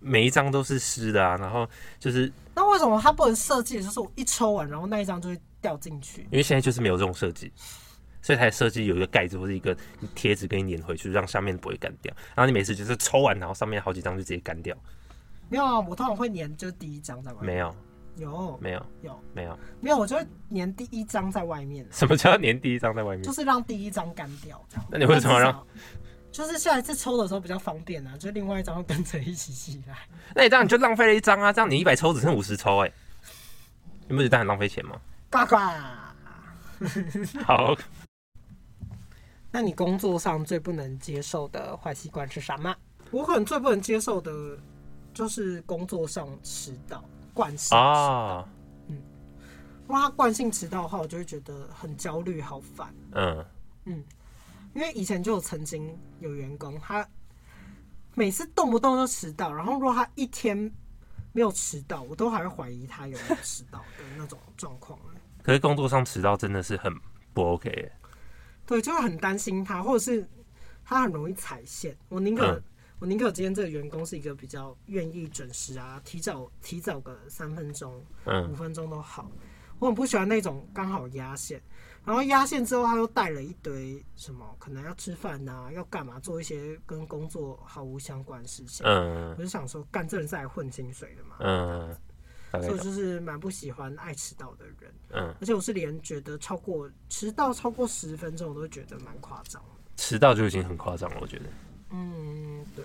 每一张都是湿的啊，然后就是那为什么他不能设计？就是我一抽完，然后那一张就会掉进去。因为现在就是没有这种设计，所以才设计有一个盖子或者一个贴纸给你粘回去，让下面不会干掉。然后你每次就是抽完，然后上面好几张就直接干掉。没有啊，我通常会粘就是第一张在外面。没有，有没有，有没有。没有，我就会粘第一张在外面，什么叫粘第一张在外面就？是让第一张干掉这样。那你为什么让？就是下一次抽的时候比较方便啊，就另外一张会跟着一起起来。那你这样你就浪费了一张啊！这样你一百抽只剩五十抽、欸，哎，你不觉得很浪费钱吗？呱呱。好，那你工作上最不能接受的坏习惯是什么？我可能最不能接受的就是工作上迟到惯性。哦，如果他惯性迟到的话，我就会觉得很焦虑，好烦。嗯，因为以前就有曾经有员工，他每次动不动就迟到，然后如果他一天没有迟到，我都还会怀疑他有没有迟到的那种状况。可是工作上迟到真的是很不 OK，、欸、对，就会很担心他，或者是他很容易踩线。 我宁可、嗯我宁可今天这个员工是一个比较愿意准时啊，提早提早个三分钟、五嗯，分钟都好。我很不喜欢那种刚好压线，然后压线之后他又带了一堆什么，可能要吃饭呐、要干嘛，做一些跟工作毫无相关的事情。嗯，我就想说，干这人是来混薪水的嘛，嗯，大概所懂以我，就是蛮不喜欢爱迟到的人，嗯，而且我是连觉得超过迟到超过十分钟，我都觉得蛮夸张的。迟到就已经很夸张了，我觉得。嗯，对。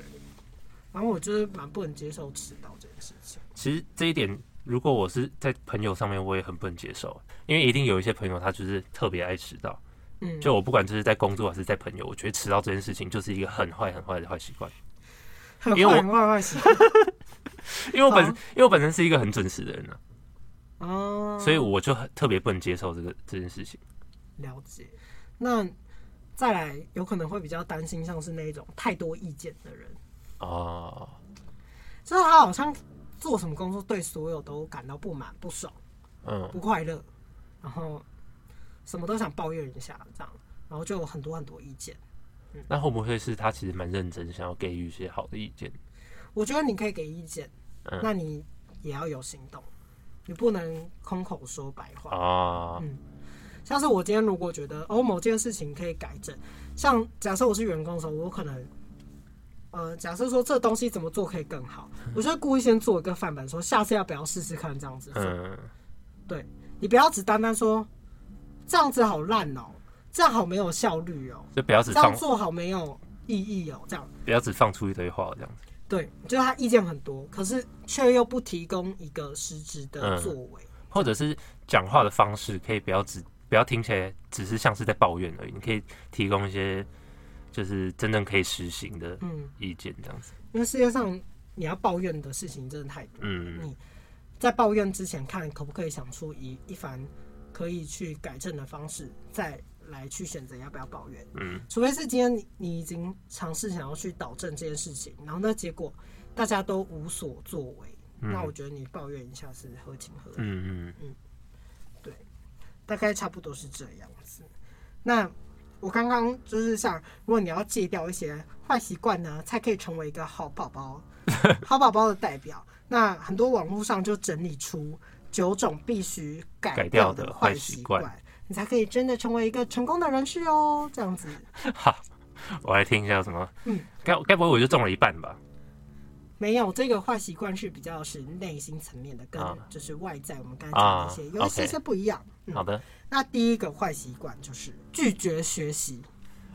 然后我就是蛮不能接受迟到这件事情。其实这一点，如果我是在朋友上面，我也很不能接受，因为一定有一些朋友他就是特别爱迟到。嗯，就我不管这是在工作还是在朋友，我觉得迟到这件事情就是一个很坏很坏的坏习惯。很因为我坏很坏坏习因为我本、好因为我本身是一个很准时的人呢、 惯哦，所以我就很特别不能接受这个这件事情。了解。那再来，有可能会比较担心，像是那一种太多意见的人，哦，就是他好像做什么工作对所有都感到不满、不爽、嗯不快乐，然后什么都想抱怨一下，这样，然后就有很多很多意见。那会不会是他其实蛮认真，想要给予一些好的意见？我觉得你可以给意见，嗯那你也要有行动，你不能空口说白话。哦，像是我今天如果觉得哦某件事情可以改正，像假设我是员工的时候，我可能，呃，假设说这东西怎么做可以更好，我就会故意先做一个范本，说下次要不要试试看这样子做。嗯，对你不要只单单说这样子好烂哦、这样好没有效率哦，就不要只这放样做好没有意义哦，这样。不要只放出一堆话这样子。对，就是他意见很多，可是却又不提供一个实质的作为。或者是讲话的方式，可以不要只不要听起来只是像是在抱怨而已，你可以提供一些就是真正可以实行的嗯，意见，这样子。因为世界上你要抱怨的事情真的太多，嗯，在抱怨之前看可不可以想出一一番可以去改正的方式，再来去选择要不要抱怨。嗯，除非是今天你你已经尝试想要去导正这件事情，然后那结果大家都无所作为，嗯那我觉得你抱怨一下是合情合理。嗯嗯大概差不多是这样子。那我刚刚就是想，如果你要戒掉一些坏习惯呢，才可以成为一个好 宝宝，好宝宝的代表。那很多网络上就整理出九种必须改改掉掉的的坏坏习习惯惯，你才可以真的成为一个成功的人士哦。这样子，嗯，好，我来听一下有什么嗯。该该不会我就中了一半吧？没有这个坏习惯是比较是内心层面的，跟啊就是外在我们刚才讲的一些、啊有一些 OK 些不一样。嗯好的，那第一个坏习惯就是拒绝学习。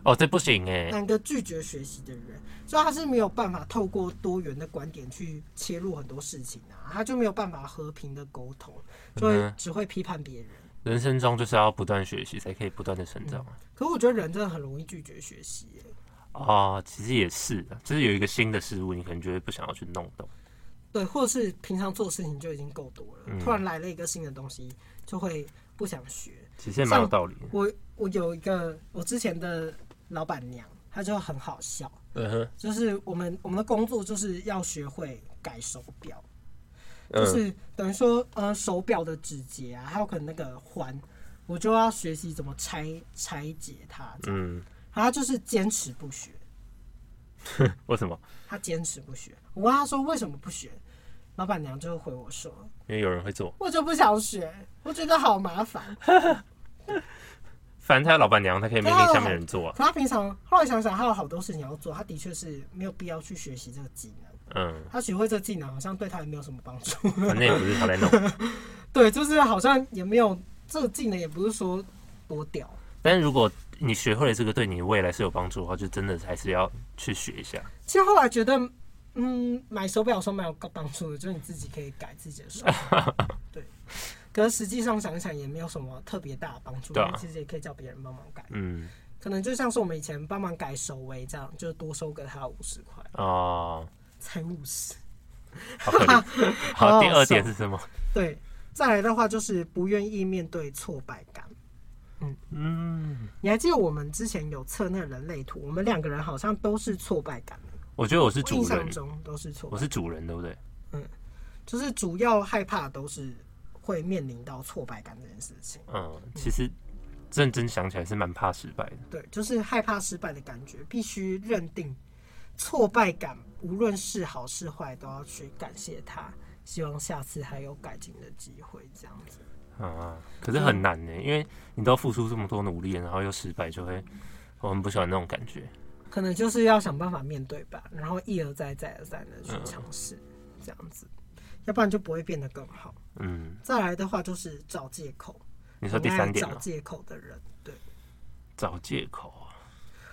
哦，这不行哎、那个拒绝学习的人，所以他是没有办法透过多元的观点去切入很多事情啊，他就没有办法和平的沟通，就嗯会哼只会批判别人。人生中就是要不断学习，才可以不断的成长。可我觉得人真的很容易拒绝学习耶、哦，其实也是的，就是有一个新的事物，你可能就会不想要去弄懂。对，或者是平常做的事情就已经够多了，嗯突然来了一个新的东西，就会不想学。其实也蛮有道理的。我我有一个我之前的老板娘，她就很好笑，嗯哼，就是我们我们的工作就是要学会改手表。嗯就是等于说，呃，手表的指节啊，还有可能那个环，我就要学习怎么拆拆解它。这样嗯，然后他就是坚持不学，嗯为什么？他坚持不学。我问他说为什么不学，老板娘就回我说，因为有人会做。我就不想学，我觉得好麻烦。反正他有老板娘，他可以命令下面人做啊。可他平常后来想想，他有好多事情要做，他的确是没有必要去学习这个技能。嗯，他学会这个技能好像对他也没有什么帮助。 反正也不是他在弄。 对，就是好像也没有这个技能，也不是说多屌。但是如果你学会了这个，对你未来是有帮助的话，就真的还是要去学一下。其实后来觉得，嗯，买手表的时候蛮有帮助的，就是你自己可以改自己 的手表。对，可是实际上想一想也没有什么特别大的帮助，对啊因为其实也可以叫别人帮忙改。嗯，可能就像是我们以前帮忙改手围这样，就是多收给他五十块，哦，才五十。好可怜。 好好好，第二点笑是什么？对，再来的话就是不愿意面对挫败感。嗯，你还记得我们之前有测那个人类图，我们两个人好像都是挫败感，我觉得我是我印主象人，中都是挫败我是主人，对不对？就是主要害怕都是会面临到挫败感这件事情。嗯，其实认真想起来是蛮怕失败的。对，就是害怕失败的感觉，必须认定挫败感，无论是好是坏，都要去感谢它，希望下次还有改进的机会。这样子，啊，可是很难呢，嗯因为你都付出这么多努力，然后又失败，就会我很不喜欢那种感觉。可能就是要想办法面对吧，然后一而再、再而三的嗯去尝试，这样子，要不然就不会变得更好。嗯，再来的话就是找借口，你说第三点很爱呢找？借口的人，对找借口啊，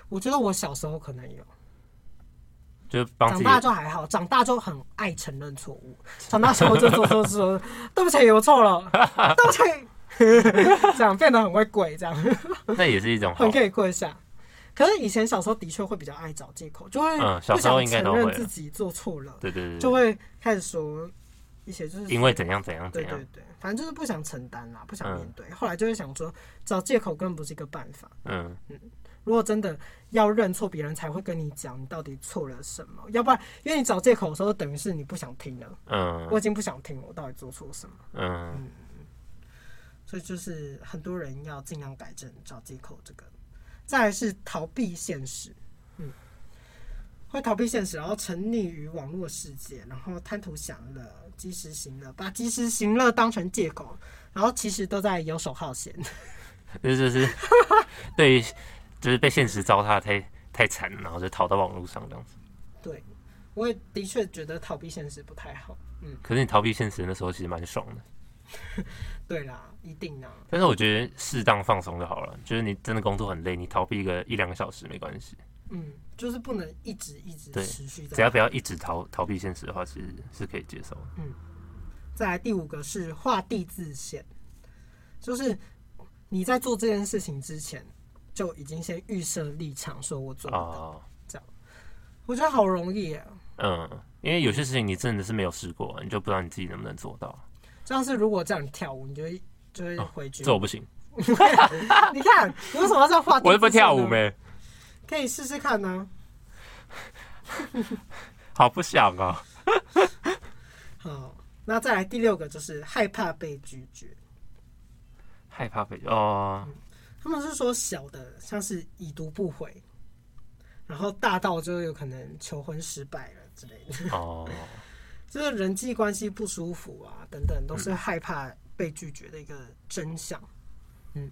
我觉得我小时候可能有。就是帮长自己大就还好，长大就很爱承认错误。长大之后就说说说，对不起，我错了，对不起，这样变得很会跪，这样那也是一种好很可以跪下。可是以前小时候的确会比较爱找借口，就会嗯小不时候想应该承都会认自己做错了，对对对，就会开始说一些就是因为怎样怎样怎对样，对对，反正就是不想承担啦，不想嗯面对。后来就会想说，找借口根本不是一个办法。嗯，如果真的要认错，别人才会跟你讲你到底错了什么，要不然因为你找借口的时候，等于是你不想听了。我嗯已经不想听了我到底做错什么。嗯，所以就是很多人要尽量改正找借口这个，再来是逃避现实，嗯，会逃避现实，然后沉溺于网络世界，然后贪图享乐、及时行乐，把及时行乐当成借口，然后其实都在游手好闲。 这嗯就是 对于就是被现实糟蹋太太惨，然后就逃到网络上这样子。对，我也的确觉得逃避现实不太好。可是你逃避现实那时候其实蛮爽的，对啦，一定啊啦。但是我觉得适当放松就好了，就是你真的工作很累，你逃避个一两个小时没关系，嗯，就是不能一直一直对持续这只样。要不要一直逃逃避现实的话，其实是可以接受的。再来第五个是画地自限，就是你在做这件事情之前就已经先预设立场，说我做不到。哦，我觉得好容易、啊，嗯，因为有些事情你真的是没有试过，你就不知道你自己能不能做到，像是如果叫你跳舞，你就会就会回绝。这我不行， 你看，你为什么要这样画地我自又限呢？不跳舞没，可以试试看呢、好不想啊，好，那再来第六个就是害怕被拒绝。害怕被哦，他们是说小的像是已读不回，然后大到就有可能求婚失败了之类的， 哦，就是人际关系不舒服啊等等，都是害怕被拒绝的一个真相。嗯，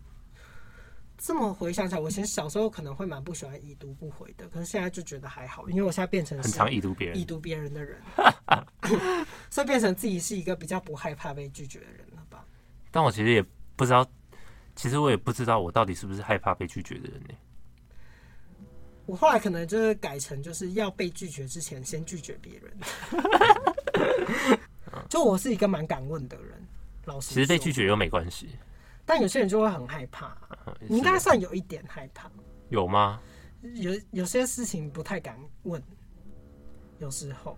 这么回想起来，我其实小时候可能会蛮不喜欢已读不回的，可是现在就觉得还好，因为我现在变成很是常已读别已人，读别人的人， 所以变成自己是一个比较不害怕被拒绝的人了吧。但我其实也不知道，其实我也不知道我到底是不是害怕被拒绝的人呢、我后来可能就是改成就是要被拒绝之前先拒绝别人。 就我是一个蛮敢问的人，老实其实被拒绝，绝又没关系，但有些人就会很害怕。啊嗯你应该是算有一点害怕，有吗？有有些事情不太敢问，有时候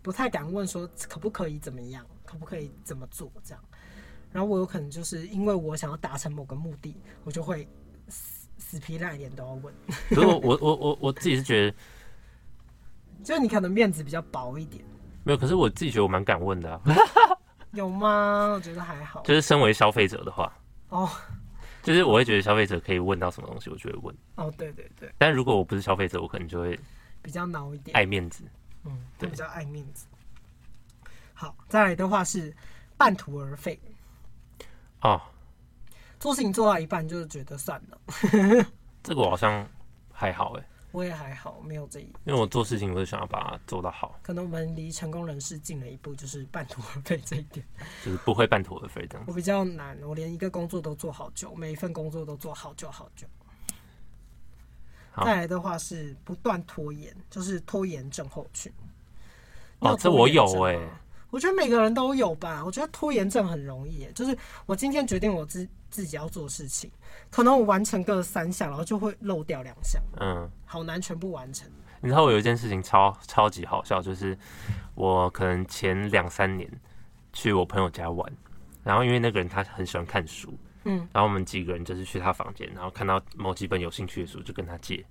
不太敢问说可不可以怎么样，可不可以怎么做这样。然后我有可能就是因为我想要达成某个目的，我就会死死皮赖脸都要问。可是我我我我我自己是觉得就你可能面子比较薄一点，没有，可是我自己觉得我蛮敢问的啊、有吗？我觉得还好。就是身为消费者的话， 哦就是我会觉得消费者可以问到什么东西，我就会问。哦，对对对，但如果我不是消费者，我可能就会比较孬一点，爱面子。嗯，对比较爱面子。好，再来的话是半途而废，哦，做事情做到一半就觉得算了，这个我好像还好哎、我也还好，没有这一，因为我做事情我就想要把它做到好，可能我们离成功人士近了一步，就是半途而废这一 点，就是不会半途而废这样。我比较难，我连一个工作都做好久，每一份工作都做好久好久。好再来的话是不断拖延，就是拖延症候群。你哦，这拖我延有症吗哎、我觉得每个人都有吧。我觉得拖延症很容易耶，就是我今天决定我自自己要做事情，可能我完成个三项，然后就会漏掉两项，嗯，好难全部完成。你知道我有一件事情超超级好笑，就是我可能前两三年去我朋友家玩，然后因为那个人他很喜欢看书，嗯，然后我们几个人就是去他房间，然后看到某几本有兴趣的书就跟他借，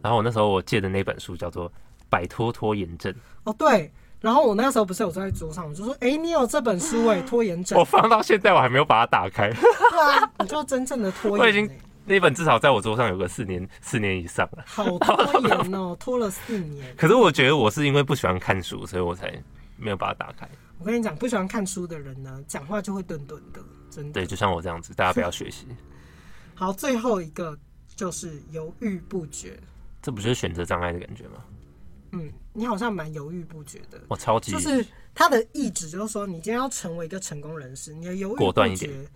然后我那时候我借的那本书叫做《摆脱拖延症哦，对。然后我那时候不是有坐在桌上，我就说：“哎、你有这本书哎、拖延》，症我。放到现在我还没有把它打开， 对啊，你就真正的拖我已延、经欸，那本至少在我桌上有个四年四年以上了。好拖延哦、拖了四年。可是我觉得我是因为不喜欢看书，所以我才没有把它打开。我跟你讲，不喜欢看书的人呢，讲话就会顿顿的，真的对，。就像我这样子，大家不要学习，好，最后一个就是犹豫不决。这不就是选择障碍的感觉吗？嗯，你好像蛮犹豫不决的。我超级就是他的意志，就是说，你今天要成为一个成功人士，你的犹豫果不断一点决，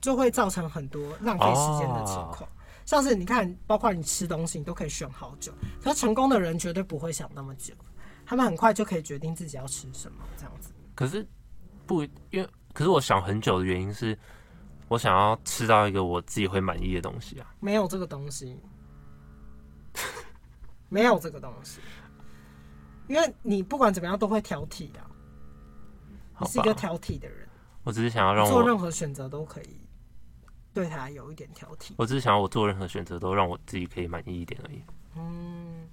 就会造成很多浪费时间的情哦况。像是你看，包括你吃东西，你都可以选好久，可是成功的人绝对不会想那么久，他们很快就可以决定自己要吃什么，这样子。可是不因为，可是我想很久的原因是，我想要吃到一个我自己会满意的东西啊。没有这个东西，没有这个东西，因为你不管怎么样都会挑剔的、好你是一个吧，挑剔的人，我只是想要让做我，任何选择都可以对他有一点挑剔。我只是想要我做任何选择都让我自己可以满意一点而已。嗯，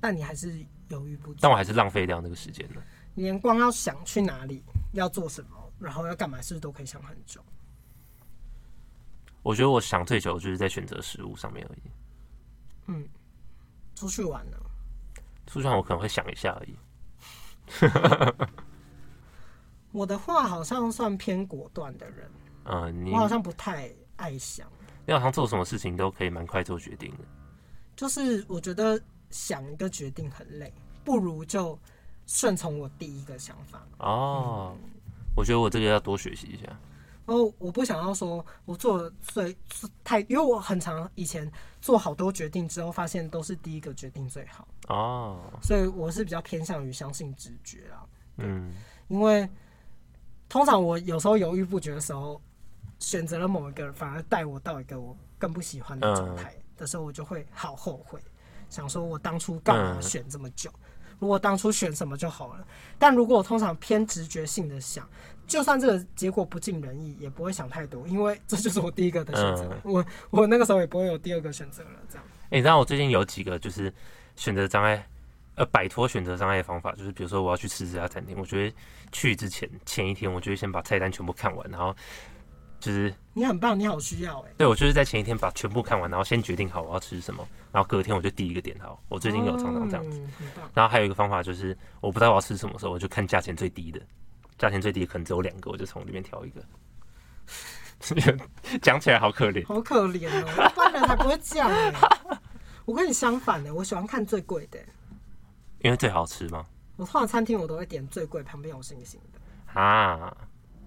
但你还是犹豫不决但我，还是浪费掉那个时间了。你连光要想去哪里、要做什么，然后要干嘛，是不是都可以想很久？我觉得我想最久就是在选择食物上面而已。出去玩呢？出去玩我可能会想一下而已。我的话好像算偏果断的人，嗯、你我好像不太爱想，你好像做什么事情都可以蛮快做决定的。就是我觉得想一个决定很累，不如就顺从我第一个想法。哦，我觉得我这个要多学习一下。然后哦我不想要说我做得最最太，因为我很长以前做好多决定之后，发现都是第一个决定最好，哦，所以我是比较偏向于相信直觉啊啦。嗯，因为通常我有时候犹豫不决的时候，选择了某一个，反而带我到一个我更不喜欢的嗯状态的时候，我就会好后悔，想说我当初干嘛嗯选这么久？如果当初选什么就好了。但如果我通常偏直觉性的想，就算这个结果不尽人意，也不会想太多，因为这就是我第一个的选择。嗯我我那个时候也不会有第二个选择了，这样。诶，你知道我最近有几个就是选择障碍，呃，摆脱选择障碍的方法，就是比如说我要去吃这家餐厅，我就会去之前前一天，我就会先把菜单全部看完，然后就是你很棒，你好需要哎、对我就是在前一天把全部看完，然后先决定好我要吃什么，然后隔天我就第一个点好。我最近有常常这样子。嗯很棒。然后还有一个方法就是，我不知道我要吃什么时候，我就看价钱最低的，价钱最低可能只有两个，我就从里面挑一个。 讲起来好可怜，好可怜哦，一般人才不会这样欸我跟你相反的，我喜欢看最贵的欸。因为最好吃嘛。我通常餐厅我都会点最贵，旁边有星星的，啊，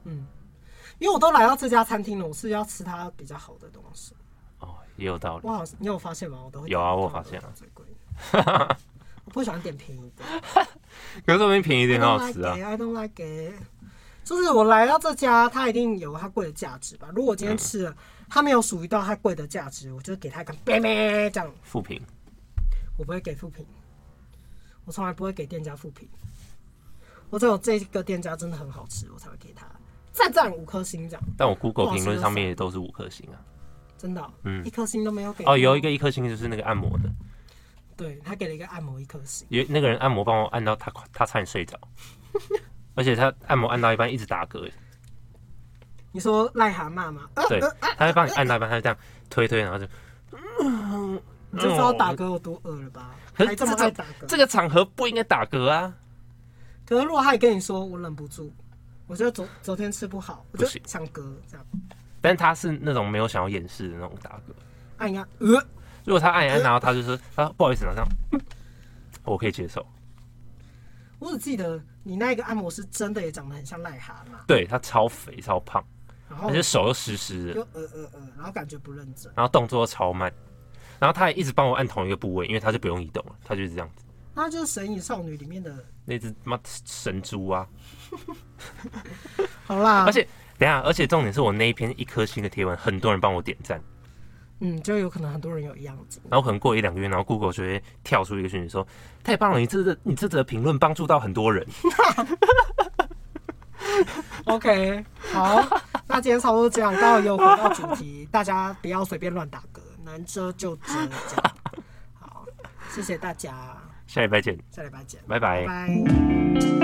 因为我都来到这家餐厅了，我是要吃它比较好的东西。哦，也有道理我。好，你有发现吗？我都会有啊点我有发现啊最贵的。 我不喜欢点便宜的，可是这边便宜一 I 点很 don't 好吃 like 啊 it,。I don't like it。就是我来到这家，它一定有它贵的价值吧？如果我嗯今天吃了，它没有属于到它贵的价值，我就给它一个咩咩这样。富平，我不会给负评，我从来不会给店家负评。我只有这个店家真的很好吃，我才会给他赞赞五颗星这样，但我 Google 评论上面也都是五颗星啊。真的哦、嗯一颗星都没有给。哦，有一，个一颗星就是那个按摩的，对他给了一个按摩一颗星，有那个人按摩帮我按到他快他差点睡着，而且他按摩按到一半一直打嗝，你说癞蛤蟆吗？呃对，他会帮你按到一半，他就这样推推，然后就你就知道打嗝有多饿了吧？哦可还是这这么种爱打嗝。这个场合不应该打嗝啊。可是如果他也跟你说我忍不住，我就昨昨天吃不好，我就不行想嗝这样，但是他是那种没有想要掩饰的那种打嗝。按一按，呃，如果他按一按，然后他就说啊不好意思，然后这样，我可以接受。我只记得你那个按摩师真的也长得很像癞蛤蟆，对他超肥超胖，然后而且手又湿湿又的，呃呃呃，然后感觉不认真。然后动作又超慢，然后他也一直帮我按同一个部位，因为他就不用移动了，他就是这样子。那就是《神隐少女》里面的。那只妈神猪啊！好啦，而且等一下，而且重点是我那一篇一颗星的贴文，很多人帮我点赞，嗯，就有可能很多人有一样的经历。然后可能过一两个月，然后 Google 就会跳出一个讯息说：“太棒了，你这则你这则评论帮助到很多人。 OK，好， 那今天差不多这样，刚好又回到主题，大家不要随便乱打嗝，能遮就遮，这样。好，谢谢大家，”下礼拜见，下礼拜见，拜拜拜拜